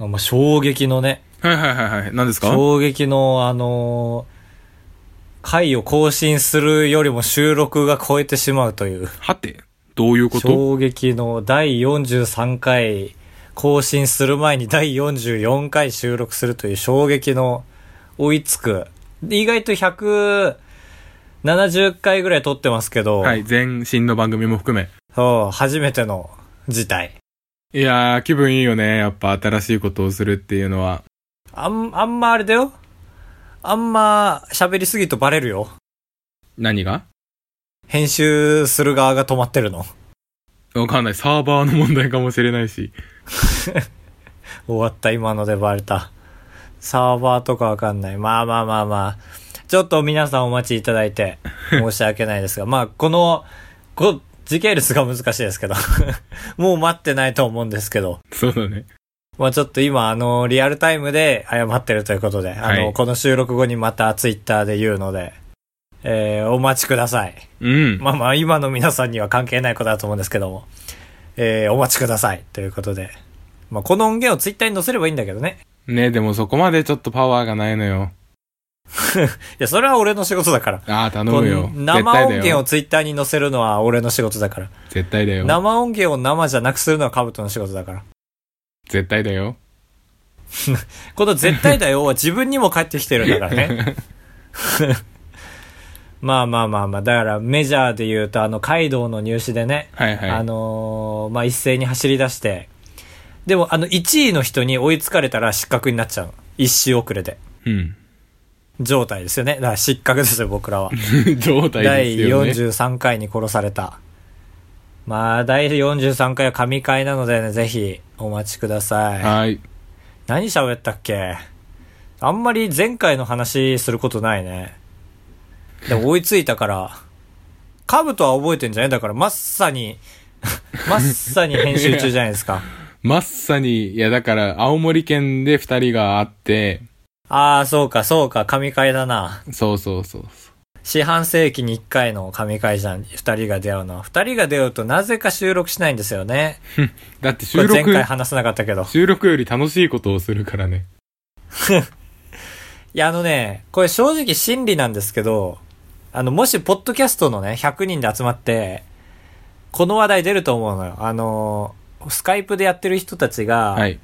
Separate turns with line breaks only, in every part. あまあ、衝撃のね、
はいはいはいはい。何ですか
衝撃の、あのー回を更新するよりも収録が超えてしまうという、
はてどういうこと
衝撃の第43回更新する前に第44回収録するという衝撃の追いつく。で意外と170回ぐらい撮ってますけど、
はい、全新の番組も含め。
そう初めての事態。
いやー、気分いいよね。やっぱ新しいことをするっていうのは。
あん、あんまあれだよ。あんま喋りすぎるとバレるよ。
何が
編集する側が止まってるの。
わかんない。サーバーの問題かもしれないし。
終わった、今のでバレた。サーバーとかわかんない。まあまあまあまあ。ちょっと皆さんお待ちいただいて、申し訳ないですが、 まあこの、こ時系列が難しいですけど、 もう待ってないと思うんですけど、
そうだね。
まあちょっと今、あの、リアルタイムで謝ってるということで、あの、
はい
この収録後にまたツイッターで言うので、えー、お待ちください。
うん。
まあまあ、今の皆さんには関係ないことだと思うんですけども、えー、お待ちください。ということで。まあ、この音源をツイッターに載せればいいんだけどね。
ねでもそこまでちょっとパワーがないのよ。
いや、それは俺の仕事だから。
あー、頼むよ
こ。の生音
絶対だ
源を
よ。
ツイッターに載せるのは俺の仕事だから。
絶対だよ。
生音源を生じゃなくするのはカブトの仕事だから。
絶対だよ。
この絶対だよは自分にも返ってきてるんだから ね。まあまあまあまあ、だからメジャーで言うとあのカイドウの入試でね、
はいは
あ
い。
のーまあ、一斉に走り出して、でも、あの、1位の人に追いつかれたら失格になっちゃうの。一周遅れで。
うん。
状態ですよね。だから失格ですよ、僕らは。
状態で
第
すよね。
43回に殺された。まあ、第43回は神回なのでね、ぜひ、お待ちください。
はい。
何喋ったっけあんまり前回の話することないね。でも追いついたから、カブとは覚えてんじゃねだから、まっさに、 まっさに編集中じゃないですか。
まっさに、いやだから、青森県で二人が会って、
ああ、そうか、そうか、神会だな。
そうそうそうそ
四半世紀に一回の神会じゃん、二人が出会うのは。二人が出会うとなぜか収録しないんですよね。
う。だって
これ
収
前
録、
回話さなかったけど。
収録より楽しいことをするからね。
いや、あのね、これ正直真理なんですけど、あの、もし、ポッドキャストのね、100人で集まって、この話題出ると思うのよ。あの、スカイプでやってる人たちが、
はい。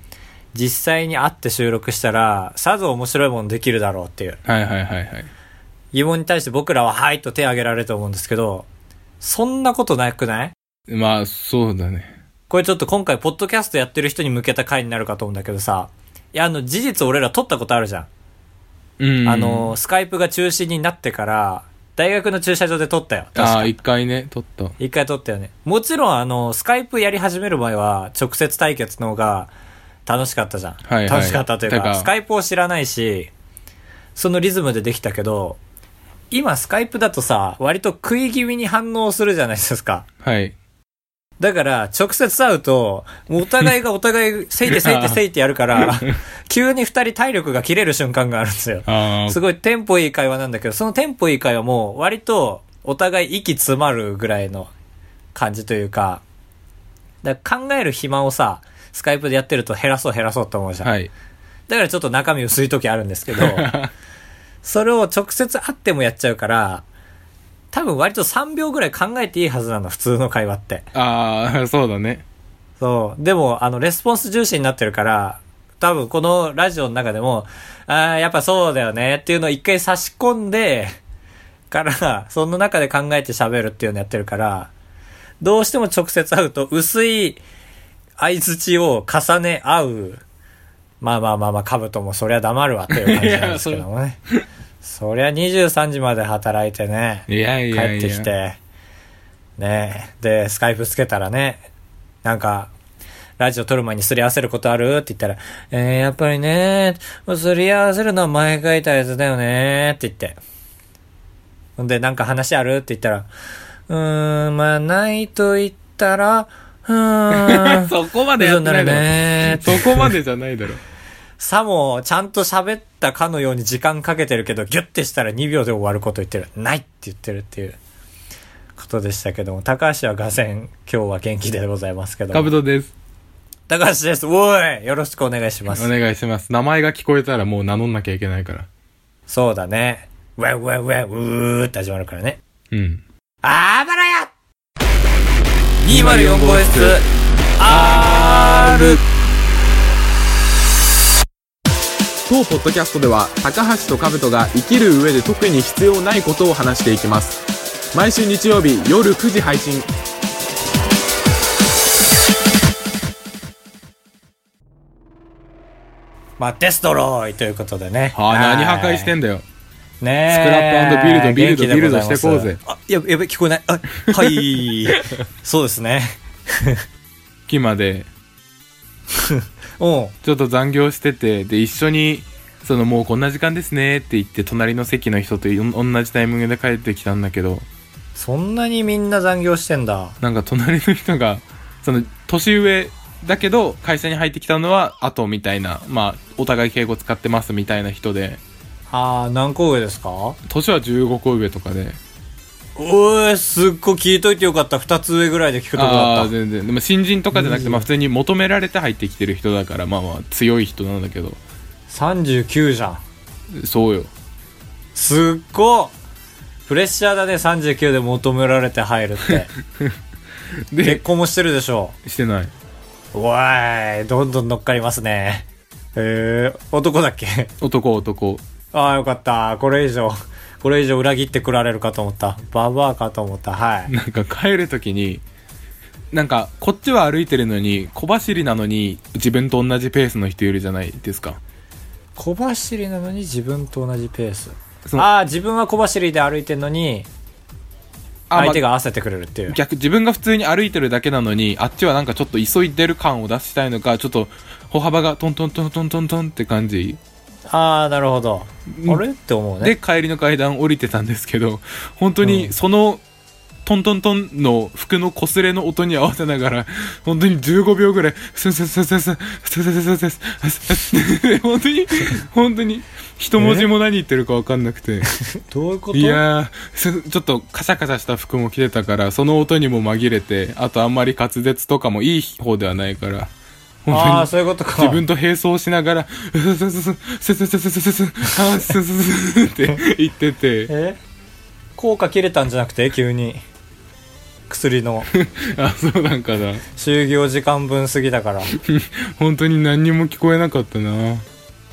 実際に会って収録したら、さぞ面白いものできるだろうっていう。
はいはいはいはい。
疑問に対して僕らは、はいと手挙げられると思うんですけど、そんなことなくない
まあ、そうだね。
これちょっと今回、ポッドキャストやってる人に向けた回になるかと思うんだけどさ、いや、あの、事実俺ら撮ったことあるじゃん。
うん。
あの、スカイプが中止になってから、大学の駐車場で撮ったよ。確
あ
か
あ、一回ね、撮った。
一回撮ったよね。もちろん、あの、スカイプやり始める前は、直接対決の方が楽しかったじゃん。
いはい
楽しかったというか、
てか
スカイプを知らないし、そのリズムでできたけど、今スカイプだとさ、割と食い気味に反応するじゃないですか。
はい。
だから、直接会うと、もうお互いがお互い、せいてせいてせいてやるから、 急に二人体力が切れる瞬間があるんですよ。
あ
すごいテンポいい会話なんだけど、そのテンポいい会話も割とお互い息詰まるぐらいの感じというか、だから考える暇をさ、スカイプでやってると減らそう減らそうと思うじ
あ、
ゃん。
はい。
だからちょっと中身薄い時あるん ですけど、それを直接会ってもやっちゃうから、多分割と3秒ぐらい考えていいはずなの、普通の会話って。
ああ、そうだね。
そう。でも、あの、レスポンス重視になってるから、多分このラジオの中でも、ああ、やっぱそうだよねっていうのを一回差し込んで、から、その中で考えて喋るっていうのやってるから、どうしても直接会うと薄い相槌を重ね合う。まあまあまあまあ、カブトもそりゃ黙るわっていう感じなんですけどもね。そりゃ23時まで働いてね。
いやい
帰
やいや。
ってきて、ねえ、で、スカイプつけたらね、なんか、ラジオ撮る前にすり合わせることあるって言ったら、えー、やっぱりね、すり合わせるのは前書いたやつだよねって言って。ほんで、なんか話あるって言ったら、うーん、まあ、ないと言ったら、うー ん、
そこまでや
嘘
っ
に
て
なる
ないだろ。
ね
そこまでじゃない だろ。
さも、ちゃんと喋ったかのように時間かけてるけど、ギュッてしたら2秒で終わること言ってる。ないって言ってるっていうことでしたけども、高橋はがぜ今日は元気でございますけど
カ
も
ブトです。
高橋です。おいよろしくお願いしま
お
す。
願いします。名前が聞こえたらもう名乗んなきゃいけないから。
そうだね。ウェウェウェウーって始まるからね。
うん。
あばらや !204 号室 R!
当ポッドキャストでは高橋と兜が生きる上で特に必要ないことを話していきます毎週日曜日夜9時配信
まあ、デストロイということでね。
はあ、何破壊して
ん
んだよ。
ね
スクラップビルドビルドビルドしてこう
元気でございま
ぜ
す。あ、やべ、やべ、聞こえない。あ、 はい。そうですね。
木まで。
うん。
ちょっと残業してて、で、一緒に、そのもうこんな時間ですねって言って、隣の席の人とい同じタイミングで帰ってきたんだけど、
そんなにみんな残業してんだ。
なんか隣の人が、その、年上だけど、会社に入ってきたのは後みたいな、まあ、お互い敬語使ってますみたいな人で、
あー、何個上ですか
年は15個上とかで、
おー、すっごい聞いといてよかった。二つ上ぐらいで聞くとこだ
あ
っ
ー全然。でも新人とかじゃなくて、まあ普通に求められて入ってきてる人だから、まあまあ強い人なんだけど、
た。39じゃん。
そうよ。
すっごいプレッシャーだね、39で求められて入る って。
で
結、婚もしてるでしょ
してない。
う。わーい、どんどん乗っかりますね。えー、男だっけ
男男。
ああ、よかった。これ以上、これ以上裏切ってくられるかと思った。ババアかと思った。はい。
なんか帰る時に、なんかこっちは歩いてるのに、小走りなのに自分と同じペースの人いるじゃないですか。
小走りなのに自分と同じペース。
その
ああ、自分は小走りで歩いてんのに、
あ
相手が
ま
合わせてくれるっていう。
あ逆、自分が普通に歩いてるだけなのに、あっちはなんかちょっと急いでる感を出したいのか、ちょっと歩幅がトントントントントントンって感じ。
ああ、なるほど。
うん
あれって思うね。
で、帰りの階段降りてたんですけど、本当にその、トントントンの服の擦れの音に合わせながら、本当に15秒ぐらい、スンスンスンスンスン、スンスンスンスンスンスンスン、本当に、本当に、一文字も何言ってるかわかんなくて。
どういうこと
いやーす、ちょっとカシャカシャした服も着てたから、その音にも紛れて、あとあんまり滑舌とかもいい方ではないから、本当に
ああ、そういうことか。
自分と並走しながら、ススススススススススススあーススススって言ってて、
え効果切れたんじゃなくて急に薬 の
あ、そうなんかな。
就業時間分過ぎだから
本当に何にも聞こえなかったな。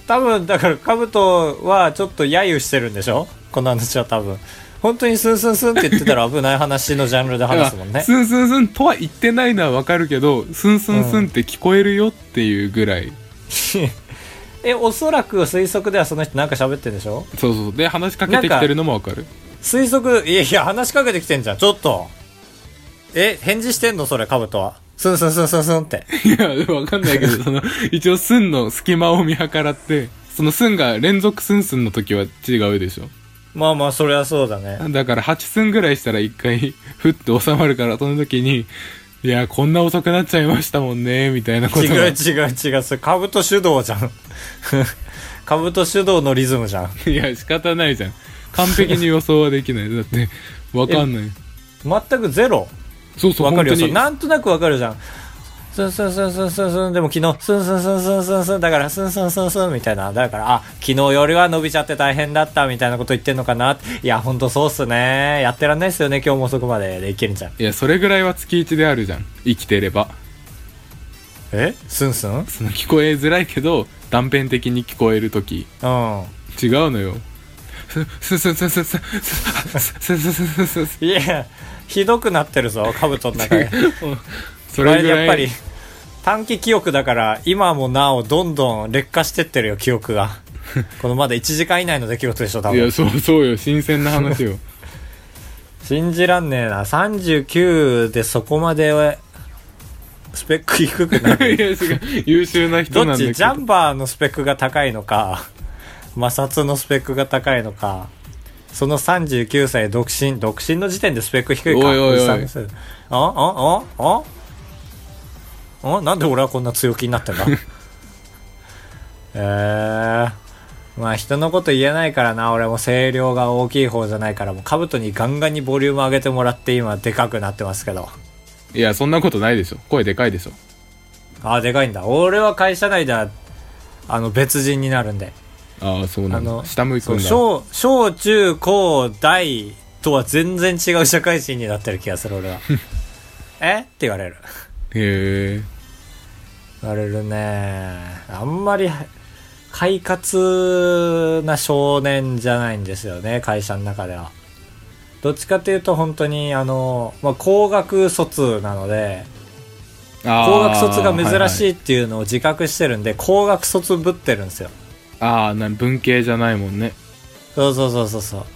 多分だからカブトはちょっと揶揄してるんでしょこの話は多分本当にスンスンスンって言ってたら危ない話のジャンルで話すもんね
スンスンスンとは言ってないのはわかるけど、スンスンスンって聞こえるよっていうぐらい。
えおそらく推測ではその人なんか喋ってるんでしょ
そうそう。で、話しかけてきてるのもわかる。
推測いやいや話しかけてきてんじゃんちょっとえ返事してんのそれカブトはスンスンスンスンスンって
いや、わかんないけ ど、その、一応スンの隙間を見計らって、そのスンが連続スンスンの時は違うでしょ。
まあまあそりゃそうだね
だから8寸ぐらいしたら一回、ふって収まるから、その時に、いや、こんな遅くなっちゃいましたもんね、みたいなこと
違う
が。
違う違うそれ兜主導じゃん 兜主導のリズムじゃん
いや、仕方ないじゃん。完璧に予想はできない。だって、わかんない。
全くゼロ
そうそう、
わか
本
る
当
よそれ
に。
なんとなくわかるじゃんスンスンスンスンスンスンでも昨日スンスンスンスンスンスンだからスンスンスンスンみたいなだからあ昨日よりは伸びちゃって大変だったみたいなこと言ってんのかないやほんとそうっすねやってらんないっすよね今日も遅くまででいけるじゃん
いや、それぐらいは月1であるじゃん。生きてれば。
えスンスンうん
その聞こえづらいけど、断片的に聞こえる時。違うのよ。す、す、す、す、す、す、す、す、す、す、す、
いやひどくなってるぞ兜の中 で
そ
あ
れ
れ
ぐら
や
い。
っぱり短期記憶だから今もなおどんどん劣化してってるよ記 憶がこのまだ1時間以内の出来事でしょ多
いや、
分
そうそうよ。新鮮な話よ。
信じらんねえな39でそこまでスペック低くない
や、
る
違う。優秀な人
ど
な
っ
んだけ
ち
ど。
ジャンバーのスペックが高いのか 摩擦のスペックが高いのかその39歳独身独身の時点でスペック低いか
おいおいおい
おじさんですあああああなんで俺はこんな強気になってん だえー、まあ人のこと言えないからな俺も声量が大きい方じゃないからもう兜にガンガンにボリューム上げてもらって今でかくなってますけど
いや、そんなことないでしょ。声でかいでしょ。
ああ、でかいんだ。俺は会社内では、あの、別人になるんで。
ああそう
あ
なん
の、
だ下向いくんだ
そう小、小中高大とは全然違う社会人になってる気がする、 俺は。えって言われる。
へえ
言われるね。あんまり、快活な少年じゃないんですよね、会社の中では。どっちかっていうと本当に、あの、まあ、高学卒なので、高学卒が珍しいっていうのを自覚してるんで、高学卒ぶってるんですよ。
ああな文系じゃないもんね
そうそうそうそうそう。だか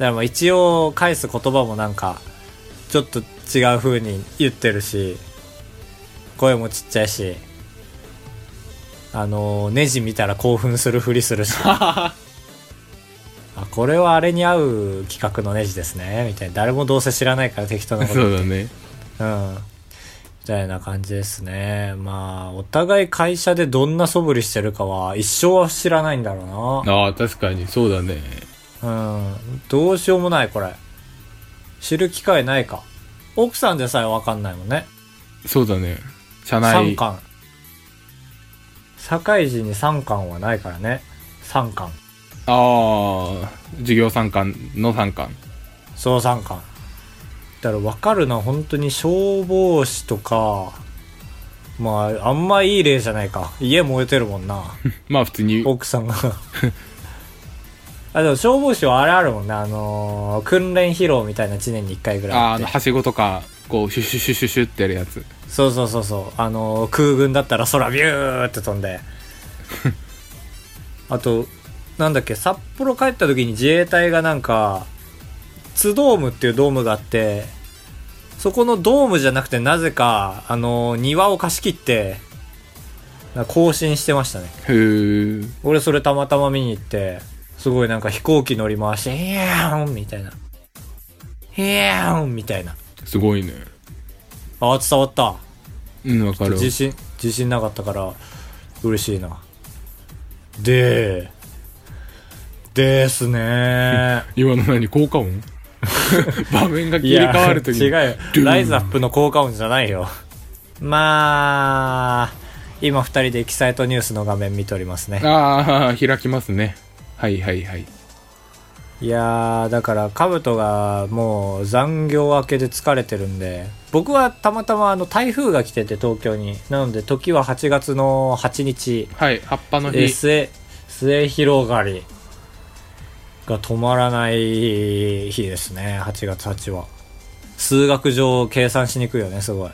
らまあ一応返す言葉もなんか、ちょっと違う風に言ってるし、声もちっちゃいし、あのーネジ見たら興奮するふりする し。あ、これはあれに合う企画のネジですね、みたいな。誰もどうせ知らないから適当なこと
そうだね
うん。みたいな感じですね。まあ、お互い会社でどんな素振りしてるかは一生は知らないんだろう
ああ確かにそうだね
な。うん。どうしようもない、これ。知る機会ないか。奥さんでさえわかんないもんね。
そうだね社
三
内
巻。社会人に三巻はないからね。三巻。
ああ授業参観の参観
総三巻。だからわかるな、本当に消防士とか、まあ、あんまいい例じゃないか。家燃えてるもんな。
まあ普通に
奥さんがあでも消防士はあれあるもんねあのー訓練披露みたいな1年に1回ぐらい
あ
あ
あ
って
のはしごとかこうシュシュシュシュシュってやるやつ
そうそうそうそうあのー空軍だったら空ビューって飛んであとなんだっけ札幌帰った時に自衛隊がなんか津ドームっていうドームがあってそこのドームじゃなくてなぜかあのー庭を貸し切ってなんか更新してましたね
へえ
俺それたまたま見に行って、すごいなんか飛行機乗り回して、ヒヤーンみたいな。ヒヤーンみたいな。
すごいね
あ、伝わった。
うんわかるわ
自信、自信なかったから、嬉しいな。で、です ね
今の何効果音 場面が切り替わるとき
いや違うよ。ライズアップの効果音じゃないよ。まあ、今二人でエキサイトニュースの画面見ておりますね。
ああ開きますねはいはいはい
いやー、だから、カブトがもう残業明けで疲れてるんで、僕はたまたまあの台風が来てて東京に。なので、時は8月の8日、
はい葉っぱの
えー
日
末、末広がりが止まらない日ですね、8月8は。数学上計算しにくいよね、すごい。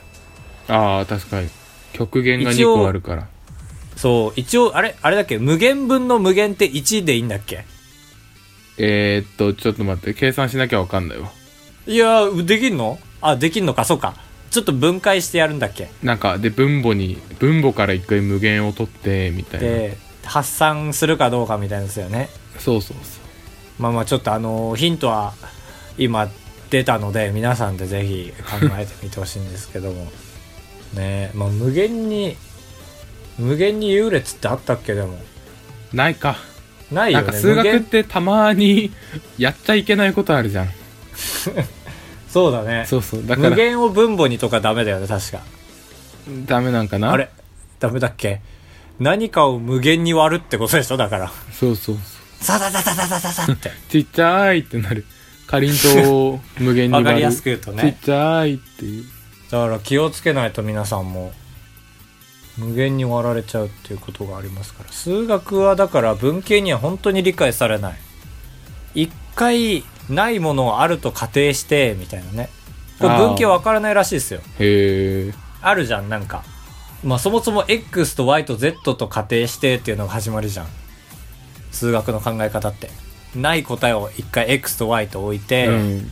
ああ確かに極限が
一
2
応
個あるから
そう、一応、あれ、あれだっけ無限分の無限って1でいいんだっけ
えー、っとちょっと待って計算しなきゃわかんないわ
いやー、できんのあ、できんのか、そうか。ちょっと分解してやるんだっけ
なんかで分母に分母から一回無限を取ってみたい
で発散するかどうかみたいなんですよね
なそうそうそう
まあまあちょっとあのヒントは今出たので皆さんでぜひ考えてみてほしいんですけども ねえ、まあ、無限に無限に優劣ってあったっけでも
ないか
ないよ
なん
ね
か数
無
学っ
限
てたまにやっちゃいけないことあるじゃん
そうだね
そうそうだか
無
ら
限を分母にとかダメだよね確か
ダメなんかな
あれダメだっけ何かを無限に割るってことでしょだから
そうそうそう
ザザザザザザザザって
ちっちゃいってなるかりんとう を無限に
わ
割る
かりやすく言うとね
ちっちゃいっていう
だから気をつけないと皆さんも無限に割られちゃうっていうことがありますから数学はだから文系には本当に理解されない一回ないものをあると仮定してみたいなねこれ
あー
文系わからないらしいですよ
へえ
あるじゃんなんかまあそもそも X と Y と Z と仮定してっていうのが始まりじゃん数学の考え方ってない答えを一回 X と Y と置いて、
うん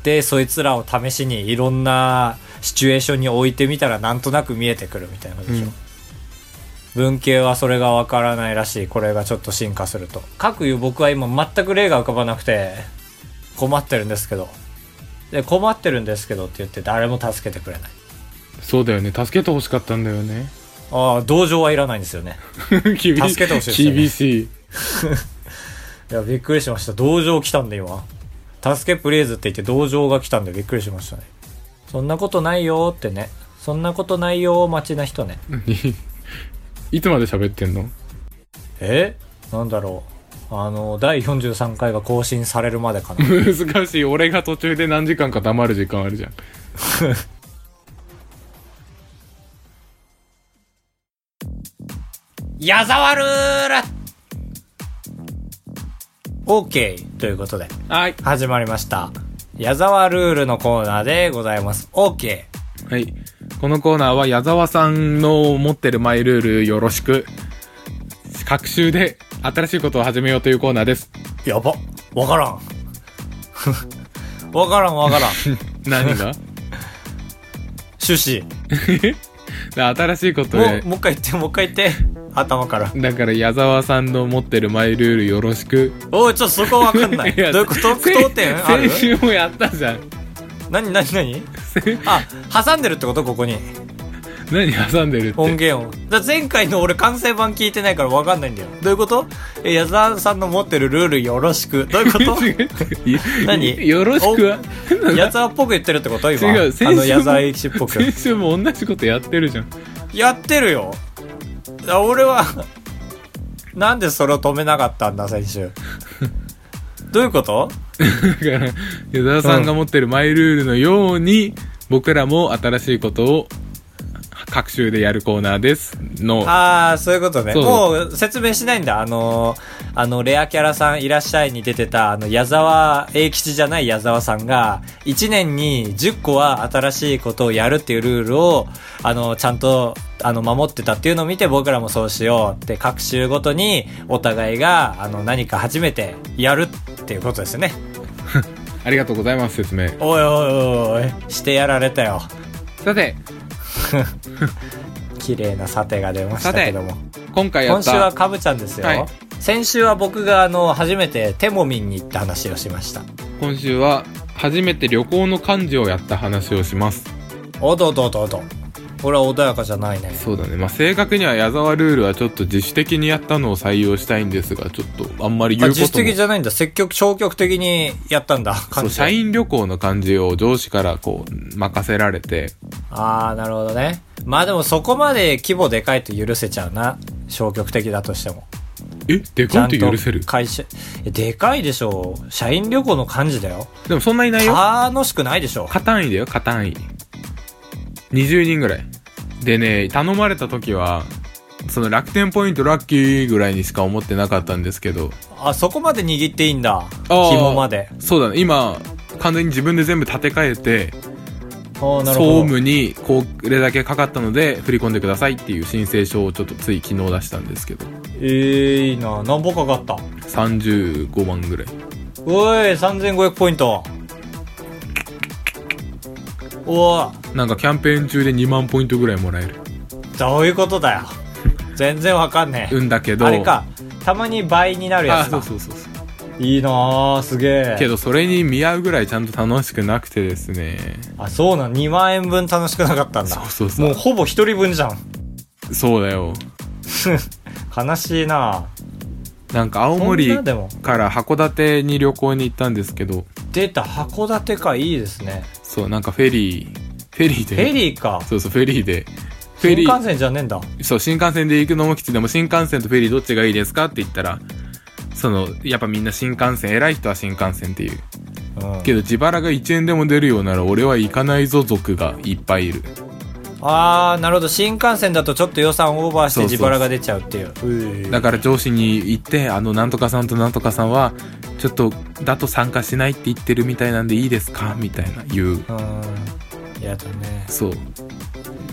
でそいつらを試しにいろんなシチュエーションに置いてみたらなんとなく見えてくるみたいなことでしょ、
うん
文系はそれがわからないらしいこれがちょっと進化するとかくいう僕は今全く例が浮かばなくて困ってるんですけどで困ってるんですけどって言って誰も助けてくれない
そうだよね助けてほしかったんだ よね
ああ同情はいらないんですよね
厳しい
助けてほしいですよね
厳しい
いやびっくりしました同情来たんで今助けプレイズって言って同情が来たんでびっくりしましたねそんなことないよーってねそんなことないよ、街な人ね。
何 いつまで喋ってんの
えなんだろう。あの、第43回が更新されるまでかな。
難しい俺が途中で何時間か黙る時間あるじゃん
矢沢ルール !OK! ということで、
はい
始まりました。矢沢ルールのコーナーでございます。OK!
はいこのコーナーは矢沢さんの持ってるマイルールよろしく各週で新しいことを始めようというコーナーです
やばわからん。 わからんわ からん。
何が
趣旨。
新しいこと
も
で
う、もう一回言って、もう一回言って。頭から。
だから矢沢さんの持ってるマイルールよろしく
おい、ちょっとそこはわかんない。
や
どういうこと
せ
不当点ある
先週もやったじゃん
何何何あ、挟んでるってことここに。
何挟んでるって
音源を。だ前回の俺完成版聞いてないからわかんないんだよ。どういうことえ、矢沢さんの持ってるルールよろしく。どう いうこ
違
と
う違う
何
よろしくは
矢沢っぽく言ってるってこと今。
違う先週も
あの矢沢永吉っぽく。
先週も同じことやってるじゃん
やってるよ。あ俺は、なんでそれを止めなかったんだ、先 週。どういうこと
だから、矢沢さんが持ってるマイルールのように、僕らも新しいことを、各週でやるコーナーです。の、
ああ、そういうことね。
そう
もう説明しないんだ。あのー、あの、レアキャラさんいらっしゃいに出てた、あの、矢沢、永吉じゃない矢沢さんが、1年に10個は新しいことをやるっていうルールを、あの、ちゃんと、あの、守ってたっていうのを見て僕らもそうしようって、各週ごとにお互いが、あの、何か初めてやるっていうことですよね。
ありがとうございます、説明。
おいおいおいおい、してやられたよ。
さて、
綺麗な査定が出ましたけども。
今回や
今
っ
週は
た、
かぶちゃんですよ、
はい
先週は僕があの初めてテモミンに行った話をしました
今週は、初めて旅行の漢字をやった話をします。
おどおどおどおどこれは穏やかじゃないね
そうだね。まあ、正確には矢沢ルールはちょっと自主的にやったのを採用したいんですが、ちょっとあんまり
あ
言うこと
自
も
主的じゃないんだ積極消極的にやったんだ
そ
感
う
じ
社員旅行の漢字を上司からこう、任せられて、
ああなるほどねまあでもそこまで規模でかいと許せちゃうな消極的だとしても
え、で
ち
か
ゃ
い
ん
と
と
許せる
会社えでかいでしょう社員旅行の感じだよ
でもそんないないよ。
楽しくないでしょ
過単位だよ過単位20人ぐらいでね頼まれた時はその楽天ポイントラッキーぐらいにしか思ってなかったんですけど
あそこまで握っていいんだ
ー
紐まで
そうだね今完全に自分で全部立て替えて
おーなるほど
総務にこれだけかかったので振り込んでくださいっていう申請書をちょっとつい昨日出したんですけど
えー、いいな何ぼかかった
35万ぐらい
おい3500ポイントおお
なんかキャンペーン中で2万ポイントぐらいもらえる
どういうことだよ全然わかんねえ、
うんだけど
あれかたまに倍になるや
あ
つ
そ
だ
うそうそうそう
いいなあすげえ
けどそれに見合うぐらいちゃんと楽しくなくてですね
あそうなん2万円分楽しくなかったんだ
そうそうそう
もうほぼ一人分じゃん
そうだよ
悲しいな
なんか青森
そんなでも
から函館に旅行に行ったんですけど、
出た函館かいいですね
そう、なんかフェリー、フェリーで。
フェリーか
そうそう、フェリーで。フェ
新
リ
幹
ー、
線じゃねえんだ
そう、新幹線で行くのもきつい。でも新幹線とフェリーどっちがいいですかって言ったら、その、やっぱみんな新幹線、偉い人は新幹線っていう。
うん
けど自腹が1円でも出るようなら俺は行かないぞ族がいっぱいいる。
ああなるほど新幹線だとちょっと予算オーバーして
そうそう
自腹が出ちゃうっていううい
だから上司に行って、あの、なんとかさんとなんとかさんは、ちょっと、だと参加しないって言ってるみたいなんでいいですかみたいな言う。
うんやだね
そう。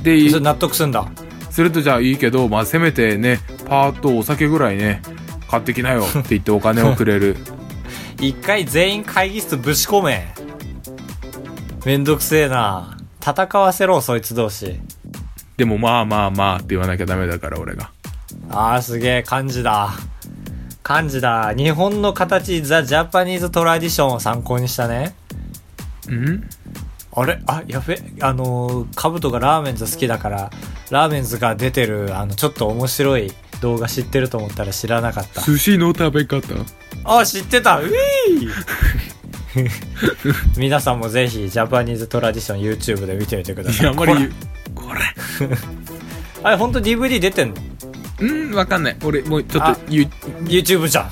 で、
それ納得すんだ
するとじゃあいいけど、まあ、せめてねパーッとお酒ぐらいね買ってきなよって言ってお金をく れる
一回全員会議室ぶち込めめんどくせえな戦わせろそいつ同士
でもまあまあまあって言わなきゃダメだから俺が
あーすげえ漢字だ漢字だ日本の形ザ・ジャパニーズ・トラディションを参考にしたね
うん
あれあやべあのー、カブトがラーメンズ好きだからラーメンズが出てるあのちょっと面白い動画知ってると思ったら知らなかった
寿司の食べ方
あ、知って たうぃー皆さんもぜひ、ジャパニーズトラディション YouTube で見てみてくだ
い
さい。
やあんまり
こら
こら
あれ、ほんと DVD 出てんの
うんわかんない俺もうちょっ
あ
とゆ
?YouTube じゃん。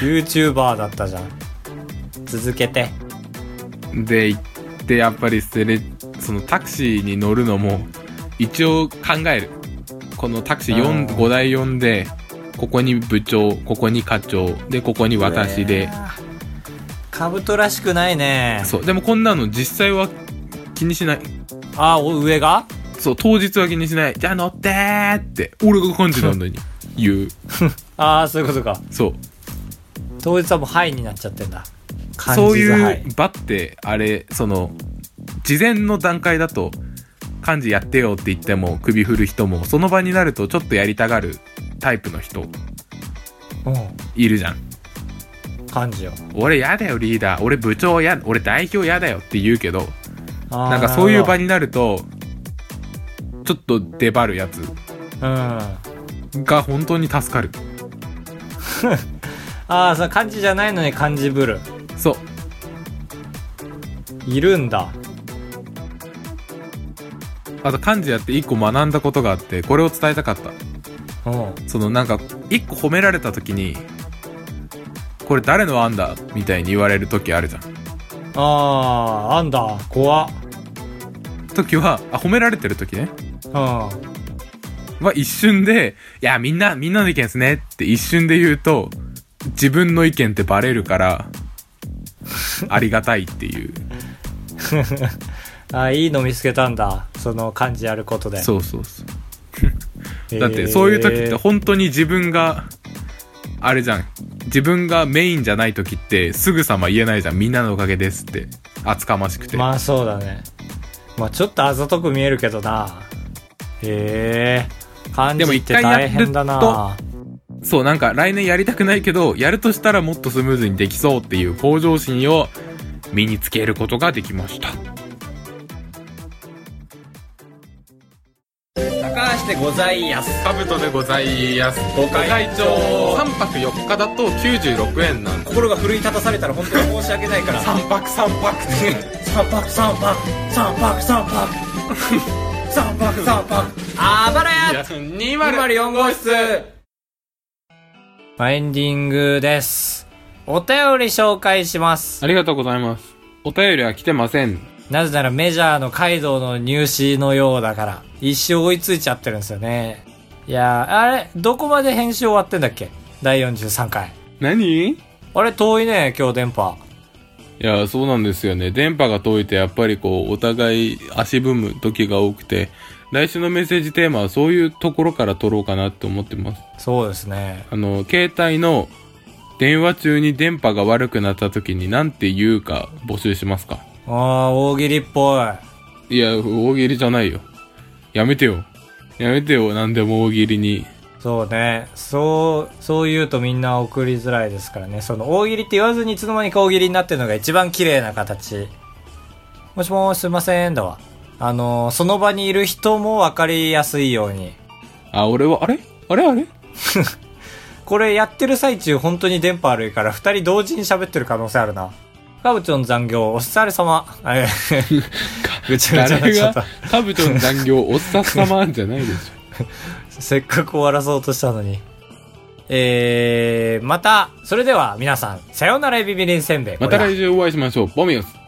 YouTuber だったじゃん。続けて。
で行ってやっぱりそれそのタクシーに乗るのも一応考えるこのタクシー
うん
4 5台呼んでここに部長ここに課長でここに私で、
カブトらしくないね。
そうでもこんなの実際は気にしない
あ、お上が
そう当日は気にしないじゃあ乗ってーって俺が感じなのに言う
ああ、そういうことか。
そう
当日はもうハイになっちゃってんだ。感じず
そう
ハ
い
イ
う場ってあれその事前の段階だと漢字やってよって言っても首振る人もその場になるとちょっとやりたがるタイプの人
う
いるじゃん
ん。感じよ。
俺やだよリーダー俺部長や俺代表やだよって言うけど
あー
なんかそういう場
なる
になるとちょっと出張るやつ
ほどうん。あ
が本当に助かる
あ、その漢字じゃないのに漢字ブル。
そう
いるんだ。
あと漢字やって一個学んだことがあってこれを伝えたかった
うん。
そのなんか一個褒められた時にこれ誰の案だみたいに言われる時あるじゃん
ああ、あんだ。怖っ。
時はあ褒められてる時ね
う。
は一瞬で「いやみんなみんなの意見ですね」って一瞬で言うと自分の意見ってバレるからありがたいっていうん
あいいの見つけたんだ。その漢字やることで。
そうそうそう
えー
だってそういう時って本当に自分があれじゃん自分がメインじゃない時ってすぐさま言えないじゃんみんなのおかげですって厚かましくて、
まあそうだね。まあちょっとあざとく見えるけどな。へえ。漢字
でも
っ
一
て
回やる
大
と
変だな。
そうなんか来年やりたくないけどやるとしたらもっとスムーズにできそうっていう向上心を身につけることができました
高橋でございやす。
カブトでございますご
会長
3泊4日だと96円なんで
心が奮い立たされたら本当に申し訳ないから。 三泊三泊。三泊三泊。三泊三泊。 三泊三泊。あばらや
204号室
エンディングです。お便り紹介します。
ありがとうございますお便りは来てません
なぜならメジャーのカイドウの入試のようだから、一生追いついちゃってるんですよね。いやー、あれ、どこまで編集終わってんだっけ第43回。
何い
あれ、遠いね、今日電波。
やそうなんですよね電波が遠いとやっぱりこうお互い足踏む時が多くて来週のメッセージテーマはそういうところから取ろうかなと思ってます
そうですね。
あの携帯の電話中に電波が悪くなった時に何て言うか募集しますか
あー、大喜利っぽい。
いや、大喜利じゃないよ。やめてよ。やめてよ、何でも大喜利に。
そうね。そう、そう言うとみんな送りづらいですからね。その、大喜利って言わずにいつの間にか大喜利になってるのが一番綺麗な形。もしもーし、すいません、だわ。あのー、その場にいる人もわかりやすいように。
あ、俺は、あれあれ あれ
これやってる最中本当に電波悪いから二人同時に喋ってる可能性あるな。カブチョン残業お疲れ様。えーぐちゃぐちゃになっ
誰
ちゃっ
が
た。、
カブトの残業、おっさっさまじゃないでしょ。
せっかく終わらそうとしたのに。えー、また、それでは皆さん、さようならエビビリンせんべい。
また来週お会いしましょう。ボミオス。